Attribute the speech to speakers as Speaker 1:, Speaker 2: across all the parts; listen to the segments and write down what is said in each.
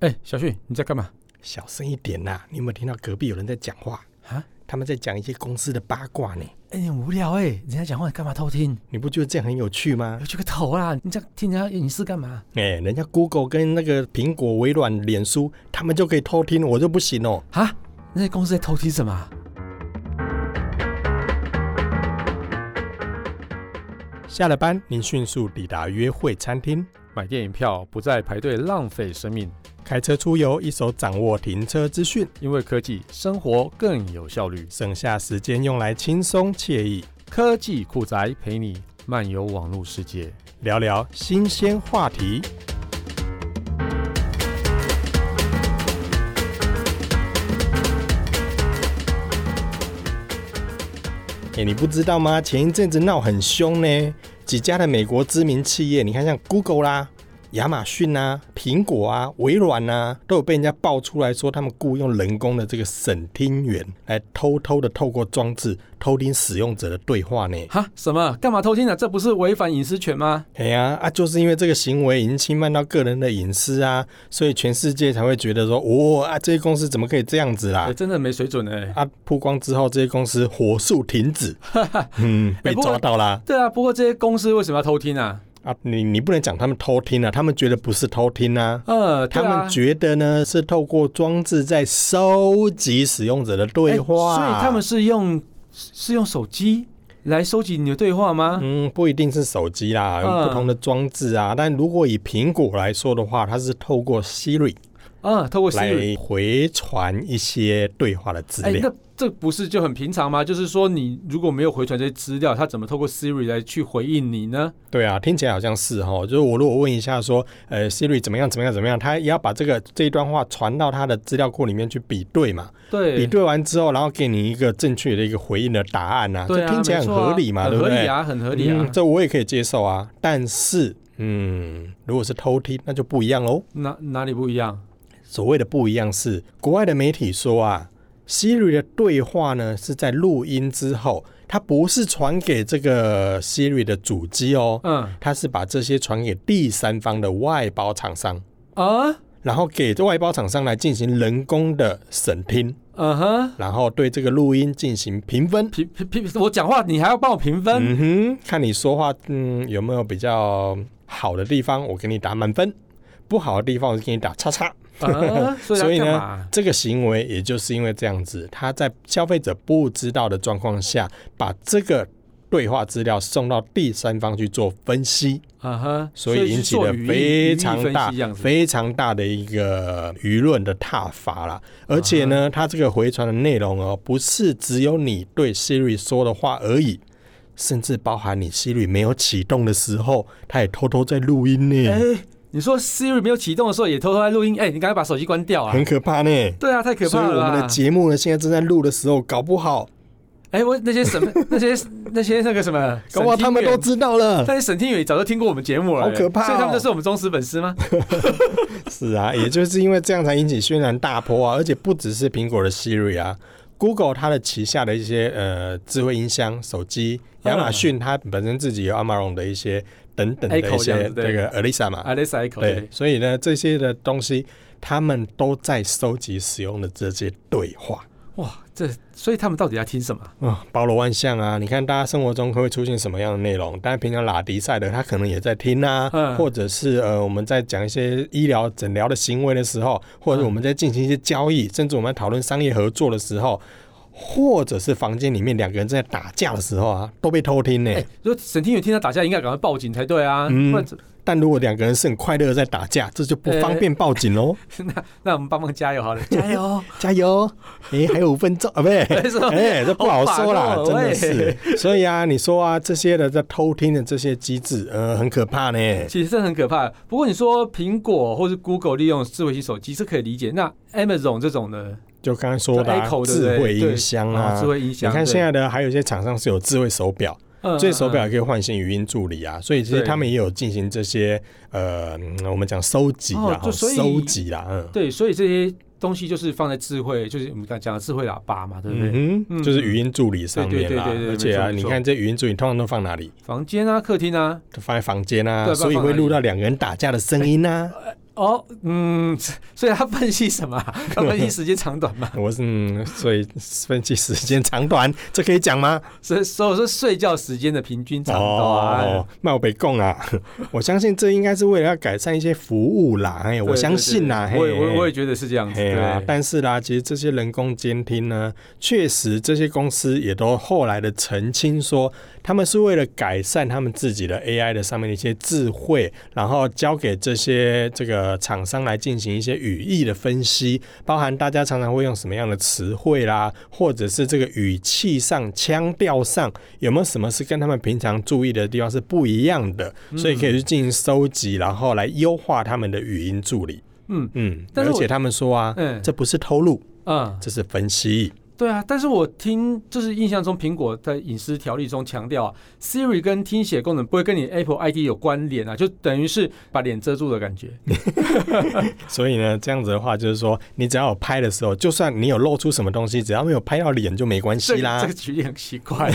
Speaker 1: 哎、小旭，你在干嘛？
Speaker 2: 小声一点呐、你有没有听到隔壁有人在讲话
Speaker 1: 啊？
Speaker 2: 他们在讲一些公司的八卦呢，
Speaker 1: 哎、你很无聊哎、人家讲话你干嘛偷听？
Speaker 2: 你不觉得这样很有趣吗
Speaker 1: 有？趣个头啦！你这样听人家隐私干嘛？
Speaker 2: 哎、人家 Google 跟那个苹果、微软、脸书，他们就可以偷听，我就不行哦。
Speaker 1: 啊？那些公司在偷听什么啊？
Speaker 2: 下了班，您迅速抵达约会餐厅，
Speaker 3: 买电影票不再排队浪费生命，
Speaker 2: 开车出游，一手掌握停车资讯，
Speaker 3: 因为科技生活更有效率。
Speaker 2: 省下时间用来轻松惬意
Speaker 3: 科技酷宅陪你漫游网络世界。
Speaker 2: 聊聊新鲜话题。哎、你不知道吗？前一阵子闹很凶呢，几家的美国知名企业，你看像 Google 啦、亚马逊啊、苹果啊、微软啊，都有被人家爆出来说，他们雇佣人工的这个审听员来偷偷的透过装置偷听使用者的对话呢。
Speaker 1: 哈？什么？干嘛偷听啊？这不是违反隐私权吗？
Speaker 2: 哎呀啊，就是因为这个行为已经侵犯到个人的隐私啊，所以全世界才会觉得说，哦啊，这些公司怎么可以这样子
Speaker 1: 哎、
Speaker 2: 啦？
Speaker 1: 真的没水准哎、
Speaker 2: 啊，曝光之后，这些公司火速停止，嗯，被
Speaker 1: 哎不过
Speaker 2: 抓到啦。
Speaker 1: 对啊，不过这些公司为什么要偷听啊？
Speaker 2: 啊，你你不能讲他们偷听啊，他们觉得不是偷听啊，
Speaker 1: 呃，对
Speaker 2: 他
Speaker 1: 啊
Speaker 2: 们觉得呢是透过装置在收集使用者的对
Speaker 1: 哎
Speaker 2: 话，
Speaker 1: 所以他们是用是用手机来收集你的对话吗？
Speaker 2: 嗯，不一定是手机啦，有
Speaker 1: 嗯
Speaker 2: 不同的装置啊。但如果以苹果来说的话，它是透过 Siri
Speaker 1: 啊，透过 s
Speaker 2: 来
Speaker 1: i
Speaker 2: 回传一些对话的资
Speaker 1: 哎、
Speaker 2: 料。
Speaker 1: 那这不是就很平常吗？就是说，你如果没有回传这些资料，他怎么透过 Siri 来去回应你呢？
Speaker 2: 对啊，听起来好像是哈，就是我如果问一下说，呃，Siri 怎么样怎么样怎么样，他也要把这个这一段话传到他的资料库里面去比对嘛，
Speaker 1: 对，
Speaker 2: 比对完之后，然后给你一个正确的一个回应的答案啊，
Speaker 1: 对
Speaker 2: 这
Speaker 1: 啊，
Speaker 2: 听起来很
Speaker 1: 没错啊
Speaker 2: 合理嘛，
Speaker 1: 很
Speaker 2: 对不
Speaker 1: 合
Speaker 2: 对？
Speaker 1: 理啊，很合理啊
Speaker 2: 嗯，。这我也可以接受啊，但是，嗯，如果是偷听，那就不一样喽。
Speaker 1: 哪哪里不一样？
Speaker 2: 所谓的不一样是，国外的媒体说啊，Siri 的对话呢是在录音之后，它不是传给这个 Siri 的主机哦，
Speaker 1: 嗯
Speaker 2: 它是把这些传给第三方的外包厂商，
Speaker 1: 啊，
Speaker 2: 然后给这外包厂商来进行人工的审听，
Speaker 1: 嗯哼，
Speaker 2: 然后对这个录音进行评分。
Speaker 1: 评评评，我讲话你还要帮我评分？
Speaker 2: 嗯哼，看你说话，嗯，有没有比较好的地方，我给你打满分；不好的地方，我就给你打叉叉。
Speaker 1: 啊，所
Speaker 2: 嗯所
Speaker 1: 以
Speaker 2: 以
Speaker 1: 要干
Speaker 2: 呢
Speaker 1: 嘛？
Speaker 2: 这个行为也就是因为这样子，他在消费者不知道的状况下，把这个对话资料送到第三方去做分析，
Speaker 1: 啊哈，
Speaker 2: 所以引起了非常大
Speaker 1: 所以是做语义语义分析这样、子
Speaker 2: 非常大的一个舆论的挞伐啦。而且呢，他这个回传的内容哦，不是只有你对 Siri 说的话而已。甚至包含你 Siri 没有启动的时候，他也偷偷在录音呢，
Speaker 1: 哎、你说 Siri 没有启动的时候也偷偷在录音，哎、你赶快把手机关掉啊！
Speaker 2: 很可怕呢。
Speaker 1: 对啊，太可
Speaker 2: 所以
Speaker 1: 怕了
Speaker 2: 我们
Speaker 1: 啦
Speaker 2: 的！节目呢，现在正在录的时候，搞不好
Speaker 1: 哎、我那些什么那些那些那个什么，
Speaker 2: 搞不好
Speaker 1: 沈
Speaker 2: 他们
Speaker 1: 清
Speaker 2: 都
Speaker 1: 源
Speaker 2: 知道 了。
Speaker 1: 但是沈天宇早就听过我们节目了，
Speaker 2: 好可怕哦
Speaker 1: 所以他们就是我们忠实粉丝吗？
Speaker 2: 是啊，也就是因为这样才引起轩然大波啊！而且不只是苹果的 Siri 啊，Google 它的旗下的一些呃智慧音箱、手机，
Speaker 1: 嗯
Speaker 2: 亚马逊它本身自己有 Amazon 的一些等等的
Speaker 1: Echo
Speaker 2: 一
Speaker 1: 这样
Speaker 2: 些
Speaker 1: 子对
Speaker 2: 这个 Alexa 嘛，
Speaker 1: 啊，雷塞口
Speaker 2: 对
Speaker 1: 对，，
Speaker 2: 所以呢这些的东西，他们都在收集使用的这些对话。
Speaker 1: 哇，这所以他们到底在听什么？
Speaker 2: 啊、包罗万象啊！你看大家生活中会出现什么样的内容？当然，平常拉迪赛的他可能也在听啊，
Speaker 1: 嗯
Speaker 2: 或者是呃，我们在讲一些医疗诊疗的行为的时候，或者
Speaker 1: 嗯
Speaker 2: 我们在进行一些交易，甚至我们在讨论商业合作的时候，或者是房间里面两个人正在打架的时候啊，都被偷听呢、
Speaker 1: 哎、如果沈天宇听他打架，应该赶快报警才对啊！
Speaker 2: 嗯
Speaker 1: 不然怎
Speaker 2: 但如果两个人是很快乐的在打架，这就不
Speaker 1: 哎
Speaker 2: 方便报警喽。
Speaker 1: 那那我们帮忙加油好了，加 油！
Speaker 2: 加油！哎、还有五分钟啊，不对。
Speaker 1: 哎，说
Speaker 2: 哎、这不好说啦
Speaker 1: 好，
Speaker 2: 真
Speaker 1: 烦哦
Speaker 2: 的是。所以啊，你说啊，这些的在偷听的这些机制，呃，很可怕呢。
Speaker 1: 其实这很可怕。不过你说苹果或是 Google 利用智慧型手机是可以理解，那 Amazon 这种呢？
Speaker 2: 就刚刚说的啊、
Speaker 1: 就 Echo，对不对
Speaker 2: 智慧音箱
Speaker 1: 哦
Speaker 2: 啊
Speaker 1: 智。慧音
Speaker 2: 你
Speaker 1: 箱。
Speaker 2: 看
Speaker 1: 对
Speaker 2: 现，在的还有一些厂商是有智慧手表，
Speaker 1: 嗯
Speaker 2: 这些手表，也可以唤醒语音助理啊，所以其实
Speaker 1: 对
Speaker 2: 他们也有进行这些呃，嗯我们讲收集
Speaker 1: 哦
Speaker 2: 啦，
Speaker 1: 就所以
Speaker 2: 收集啦，嗯，
Speaker 1: 对，所以这些东西就是放在智慧，就是我们刚才讲的智慧喇叭嘛，对不对？
Speaker 2: 嗯
Speaker 1: 嗯
Speaker 2: 哼，就是语音助理上面啦
Speaker 1: 对对对对对，
Speaker 2: 而且
Speaker 1: 没
Speaker 2: 啊，
Speaker 1: 错没
Speaker 2: 你
Speaker 1: 错
Speaker 2: 看这语音助理通常都放哪里？
Speaker 1: 房间啊，客厅啊，
Speaker 2: 都放在房间
Speaker 1: 对
Speaker 2: 啊，
Speaker 1: 不知道
Speaker 2: 所以
Speaker 1: 放哪
Speaker 2: 会
Speaker 1: 里
Speaker 2: 录到两个人打架的声音啊。。
Speaker 1: 哦，嗯， 所以他分析什么啊？他分析时间长短嘛
Speaker 2: 我是、嗯、所以分析时间长短， 这可以讲吗？
Speaker 1: 所以所以我说睡觉时间的平均长短。啊
Speaker 2: 哦，那我被供啊！ 我相信这应该是为了要改善一些服务啦，哎，
Speaker 1: 对
Speaker 2: 我相信啦，
Speaker 1: 对对对我也我
Speaker 2: 嘿
Speaker 1: 也我也觉得是这样子。
Speaker 2: 嘿啊，
Speaker 1: 对，
Speaker 2: 但是啦，其实这些人工监听呢，确实这些公司也都后来的澄清说，他们是为了改善他们自己的 AI 的上面的一些智慧，然后交给这些这个厂商来进行一些语义的分析，包含大家常常会用什么样的词汇啦，或者是这个语气上、腔调上有没有什么是跟他们平常注意的地方是不一样的，
Speaker 1: 嗯
Speaker 2: 所以可以去进行收集，然后来优化他们的语音助理。
Speaker 1: 嗯
Speaker 2: 嗯，
Speaker 1: 但是
Speaker 2: 而
Speaker 1: 我
Speaker 2: 且他们说啊，
Speaker 1: 嗯
Speaker 2: 这不是偷录，
Speaker 1: 嗯，
Speaker 2: 这是分析。
Speaker 1: 对啊。但是我听就是印象中苹果在隐私条例中强调啊，Siri 跟听写功能不会跟你 Apple ID 有关联啊，就等于是把脸遮住的感觉。
Speaker 2: 所以呢，这样子的话，就是说，你只要有拍的时候，就算你有露出什么东西，只要没有拍到脸就没关系
Speaker 1: 这个这
Speaker 2: 啦
Speaker 1: 个。举例很奇 怪。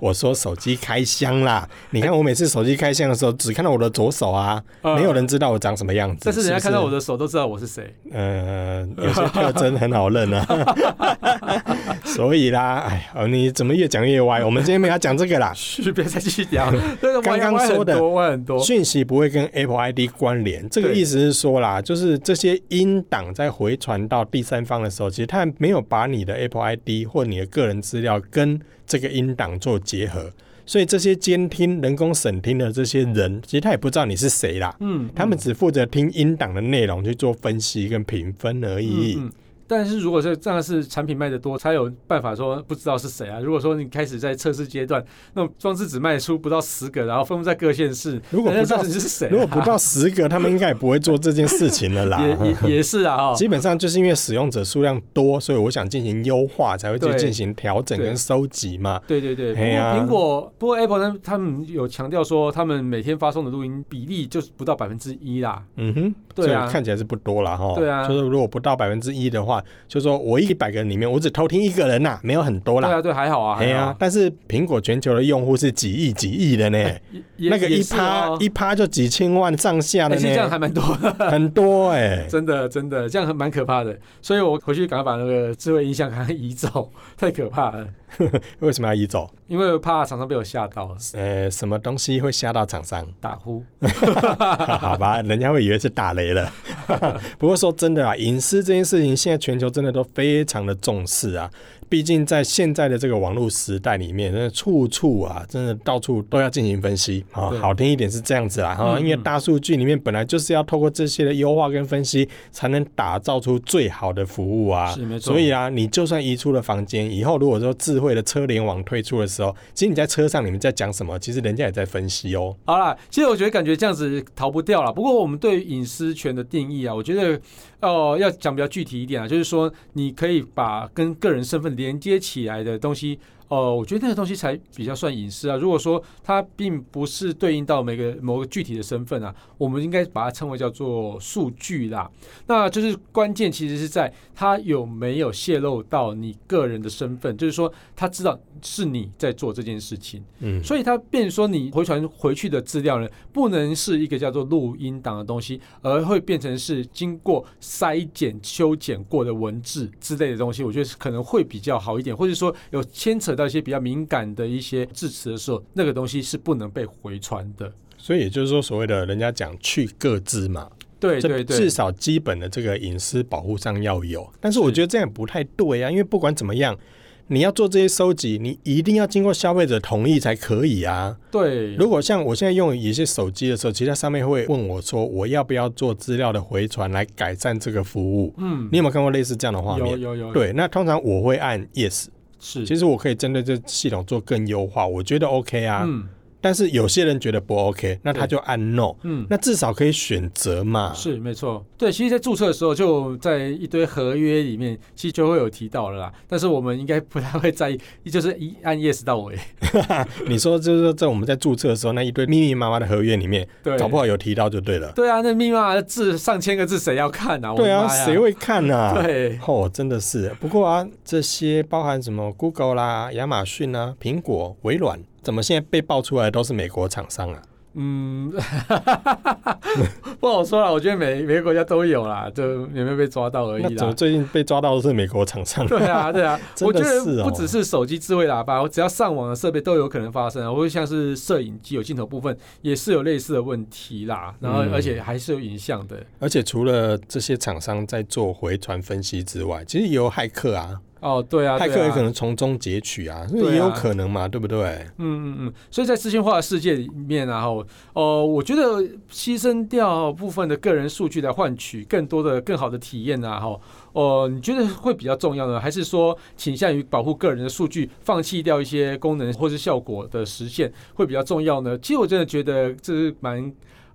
Speaker 2: 我说手机开箱啦，你看我每次手机开箱的时候，只看到我的左手啊，
Speaker 1: 嗯
Speaker 2: 没有人知道我长什么样子。
Speaker 1: 但是人家看到我
Speaker 2: 的，
Speaker 1: 的手都知道我是 谁。
Speaker 2: 呃，有些特征很好认啊。 所以啦，哎，哦你怎么越讲越歪？我们今天没有要讲这个啦。
Speaker 1: 去，别再继续聊。但是
Speaker 2: 刚刚
Speaker 1: 歪歪
Speaker 2: 说的
Speaker 1: 很多，歪很多。
Speaker 2: 讯息不会跟 Apple ID 关联，这个
Speaker 1: 对
Speaker 2: 意思是说啦，就是这些音档在回传到第三方的时候，其实它没有把你的 Apple ID 或你的个人资料跟这个音档做结合，所以这些监听、人工审听的这些人，其实他也不知道你是谁啦，
Speaker 1: 嗯，
Speaker 2: 他们只负责听音档的内容去做分析跟评分而已。
Speaker 1: 嗯嗯但是如果是这样是产品卖的多，才有办法说不知道是谁啊。如果说你开始在测试阶段，那种装置只卖出不到十个，然后分布在各县市，
Speaker 2: 如果不
Speaker 1: 人家
Speaker 2: 到
Speaker 1: 知道你是谁啊、
Speaker 2: 如果不到十个，他们应该也不会做这件事情了啦。
Speaker 1: 也 也也是啊、哦，
Speaker 2: 基本上就是因为使用者数量多，所以我想进行优化，才会去
Speaker 1: 对
Speaker 2: 进行调整
Speaker 1: 对
Speaker 2: 跟收集嘛。
Speaker 1: 对对对，不过
Speaker 2: 嘿啊
Speaker 1: 苹果，不过 Apple 呢，他们有强调说，他们每天发送的录音比例就是不到百分之一啦。
Speaker 2: 嗯哼，
Speaker 1: 对啊
Speaker 2: 所以看起来是不多了哈。
Speaker 1: 对啊
Speaker 2: 就是如果不到百分之一的话，就说我一百个人里面，我只偷听一个人呐、没有很多
Speaker 1: 对
Speaker 2: 啦。
Speaker 1: 啊，对，还好啊，
Speaker 2: 哎
Speaker 1: 还
Speaker 2: 呀、
Speaker 1: 好啊。
Speaker 2: 但是苹果全球的用户是几亿几亿的呢，
Speaker 1: 也也
Speaker 2: 那个一
Speaker 1: 也是
Speaker 2: 趴、
Speaker 1: 哦
Speaker 2: 一趴就几千万上下
Speaker 1: 哎
Speaker 2: 的
Speaker 1: 其实这样
Speaker 2: 呢，
Speaker 1: 还蛮多的。
Speaker 2: 很多哎、
Speaker 1: 真的真的，这样很蛮可怕的，所以我回去赶快把那个智慧音箱赶快移走，太可怕了，
Speaker 2: 为什么要移走？
Speaker 1: 因为怕常常被我吓到了，
Speaker 2: 呃，什么东西会吓到厂商？
Speaker 1: 打呼。
Speaker 2: 好吧，人家会以为是打雷 了。不过说真的啊，隐私这件事情，现在全球真的都非常的重视啊。毕竟在现在的这个网络时代里面，真的处处啊，真的到处都要进行分析。好、
Speaker 1: 对
Speaker 2: 好听一点是这样子啦，啊哈、
Speaker 1: 嗯
Speaker 2: 因为大数据里面本来就是要透过这些的优化跟分析，才能打造出最好的服务啊。
Speaker 1: 是没错
Speaker 2: 所以啊，你就算移出了房间，以后如果说智慧的车联网推出的时候，其实你在车上你们在讲什么，其实人家也在分析哦。
Speaker 1: 好啦，其实我觉得感觉这样子逃不掉了。不过我们对于隐私权的定义啊，我觉得哦、呃要讲比较具体一点啊，就是说你可以把跟个人身份连接起来的东西，哦，我觉得那个东西才比较算隐私啊。如果说它并不是对应到每个某个具体的身份啊，我们应该把它称为叫做数据啦。那就是关键其实是在它有没有泄露到你个人的身份，就是说他知道是你在做这件事情。
Speaker 2: 嗯，
Speaker 1: 所以它变成说你回传回去的资料呢，不能是一个叫做录音档的东西，而会变成是经过筛检、修剪过的文字之类的东西。我觉得是可能会比较好一点，或者说有牵扯到一些比较敏感的一些字词的时候，那个东西是不能被回传的。
Speaker 2: 所以也就是说，所谓的人家讲去各自嘛，
Speaker 1: 对
Speaker 2: 这
Speaker 1: 对
Speaker 2: 至
Speaker 1: 对，
Speaker 2: 少基本的这个隐私保护上要有。但是我
Speaker 1: 是
Speaker 2: 觉得这样也不太对啊，因为不管怎么样，你要做这些收集，你一定要经过消费者同意才可以啊。
Speaker 1: 对，
Speaker 2: 如果像我现在用一些手机的时候，其实它上面会问我说，我要不要做资料的回传来改善这个服务？
Speaker 1: 嗯，
Speaker 2: 你有没有看过类似这样的画
Speaker 1: 有
Speaker 2: 面？
Speaker 1: 有有，
Speaker 2: 对，那通常我会按 yes，
Speaker 1: 是，
Speaker 2: 其实我可以针对这系统做更优化，我觉得 OK 啊。
Speaker 1: 嗯
Speaker 2: 但是有些人觉得不 OK，那他
Speaker 1: 对
Speaker 2: 就按 no。
Speaker 1: 嗯。
Speaker 2: 那至少可以选择嘛。
Speaker 1: 是没错，对，其实，在注册的时候，就在一堆合约里面，其实就会有提到了啦。但是我们应该不太会在意，就是一按 yes 到尾。
Speaker 2: 你说就是说在我们在注册的时候，那一堆密密麻麻的合约里面，
Speaker 1: 对，
Speaker 2: 搞不好有提到就对了。
Speaker 1: 对啊，那密码的字上千个字，谁要看啊？我的
Speaker 2: 对啊，
Speaker 1: 妈呀
Speaker 2: 谁？会看呢、啊？。
Speaker 1: 对，
Speaker 2: 哦，真的是。不过啊，这些包含什么 Google 啦、亚马逊啦、苹果、微软，怎么现在被爆出来都是美国厂商啊？
Speaker 1: 嗯， 不好说了。我觉得每每个国家都有啦，就有没有被抓到而
Speaker 2: 那
Speaker 1: 已
Speaker 2: 怎么
Speaker 1: 啦。
Speaker 2: 最近被抓到的是美国厂 商？
Speaker 1: 对啊，对啊，我觉
Speaker 2: 真的是
Speaker 1: 得
Speaker 2: 哦
Speaker 1: 不只是手机智慧喇叭，我只要上网的设备都有可能发生啊，或者像是摄影机有镜头部分也是有类似的问题啦，然后
Speaker 2: 嗯
Speaker 1: 而且还是有影像的
Speaker 2: 而且除了这些厂商在做回传分析之外，其实也有骇客啊，
Speaker 1: 哦，对啊，
Speaker 2: 骇
Speaker 1: 对
Speaker 2: 客也
Speaker 1: 啊
Speaker 2: 可，能从中截取啊，所
Speaker 1: 对
Speaker 2: 以
Speaker 1: 啊
Speaker 2: 也有可能嘛，对不对？
Speaker 1: 嗯嗯嗯，所以在资讯化的世界里面、啊，然后呃，我觉得牺牲掉部分的个人数据来换取更多的更好的体验啊，哈，哦，你觉得会比较重要呢，还是说倾向于保护个人的数据，放弃掉一些功能或是效果的实现会比较重要呢？其实我真的觉得这是蛮。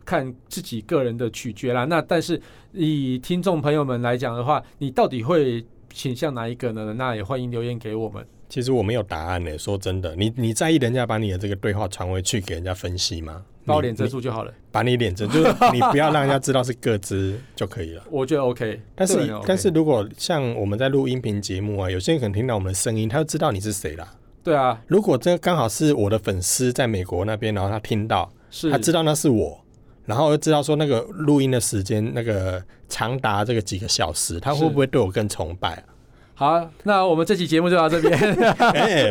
Speaker 1: 看自己个人的取决啦。那但是以听众朋友们来讲的话，你到底会倾向哪一个呢？那也欢迎留言给我们。
Speaker 2: 其实我没有答案呢、欸说真的，你你在意人家把你的这个对话传回去给人家分析吗？
Speaker 1: 把我
Speaker 2: 嗯你
Speaker 1: 脸遮，住就好了，
Speaker 2: 你把你脸遮， 就是你不要让人家知道是各自就可以了。
Speaker 1: 我觉得 OK。
Speaker 2: 但是、
Speaker 1: 个人哦 OK
Speaker 2: 但是如果像我们在录音频节目啊，有些人可能听到我们的声音，他就知道你是谁啦。
Speaker 1: 对啊，
Speaker 2: 如果这刚好是我的粉丝在美国那边，然后他听到，
Speaker 1: 是
Speaker 2: 他知道那是我，然后又知道说那个录音的时间那个长达这个几个小时，他会不会对我更崇拜 啊？
Speaker 1: 好，那我们这期节目就到这 边。
Speaker 2: 哎、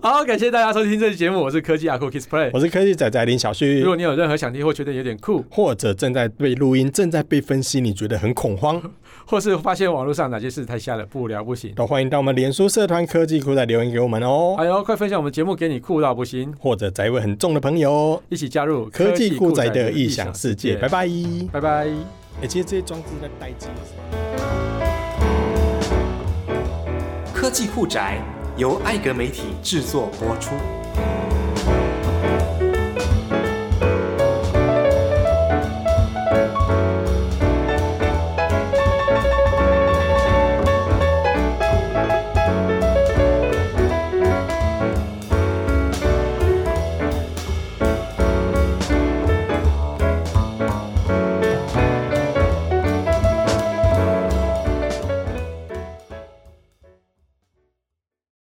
Speaker 1: 好，感谢大家收听这期节目，我是科技阿酷 Kiss Play。
Speaker 2: 我是科技仔仔林小旭
Speaker 1: 如。果你有任何想听或觉得有点酷，
Speaker 2: 或者正在被录音、正在被分析，你觉得很恐慌，
Speaker 1: 或是发现网络上哪些事太瞎了不聊不行，
Speaker 2: 都欢迎到我们脸书社团科技酷仔留言给我们哦。
Speaker 1: 哎呦，快分享我们节目给你酷到不行，
Speaker 2: 或者宅味很重的朋友哦，
Speaker 1: 一起加入
Speaker 2: 科技酷仔的异
Speaker 1: 异
Speaker 2: 想世界，拜
Speaker 1: 拜，拜
Speaker 2: 拜。
Speaker 1: 拜。
Speaker 2: 哎、其实这些装置在待机的时候。
Speaker 4: 科技酷宅由艾格媒体制作播出。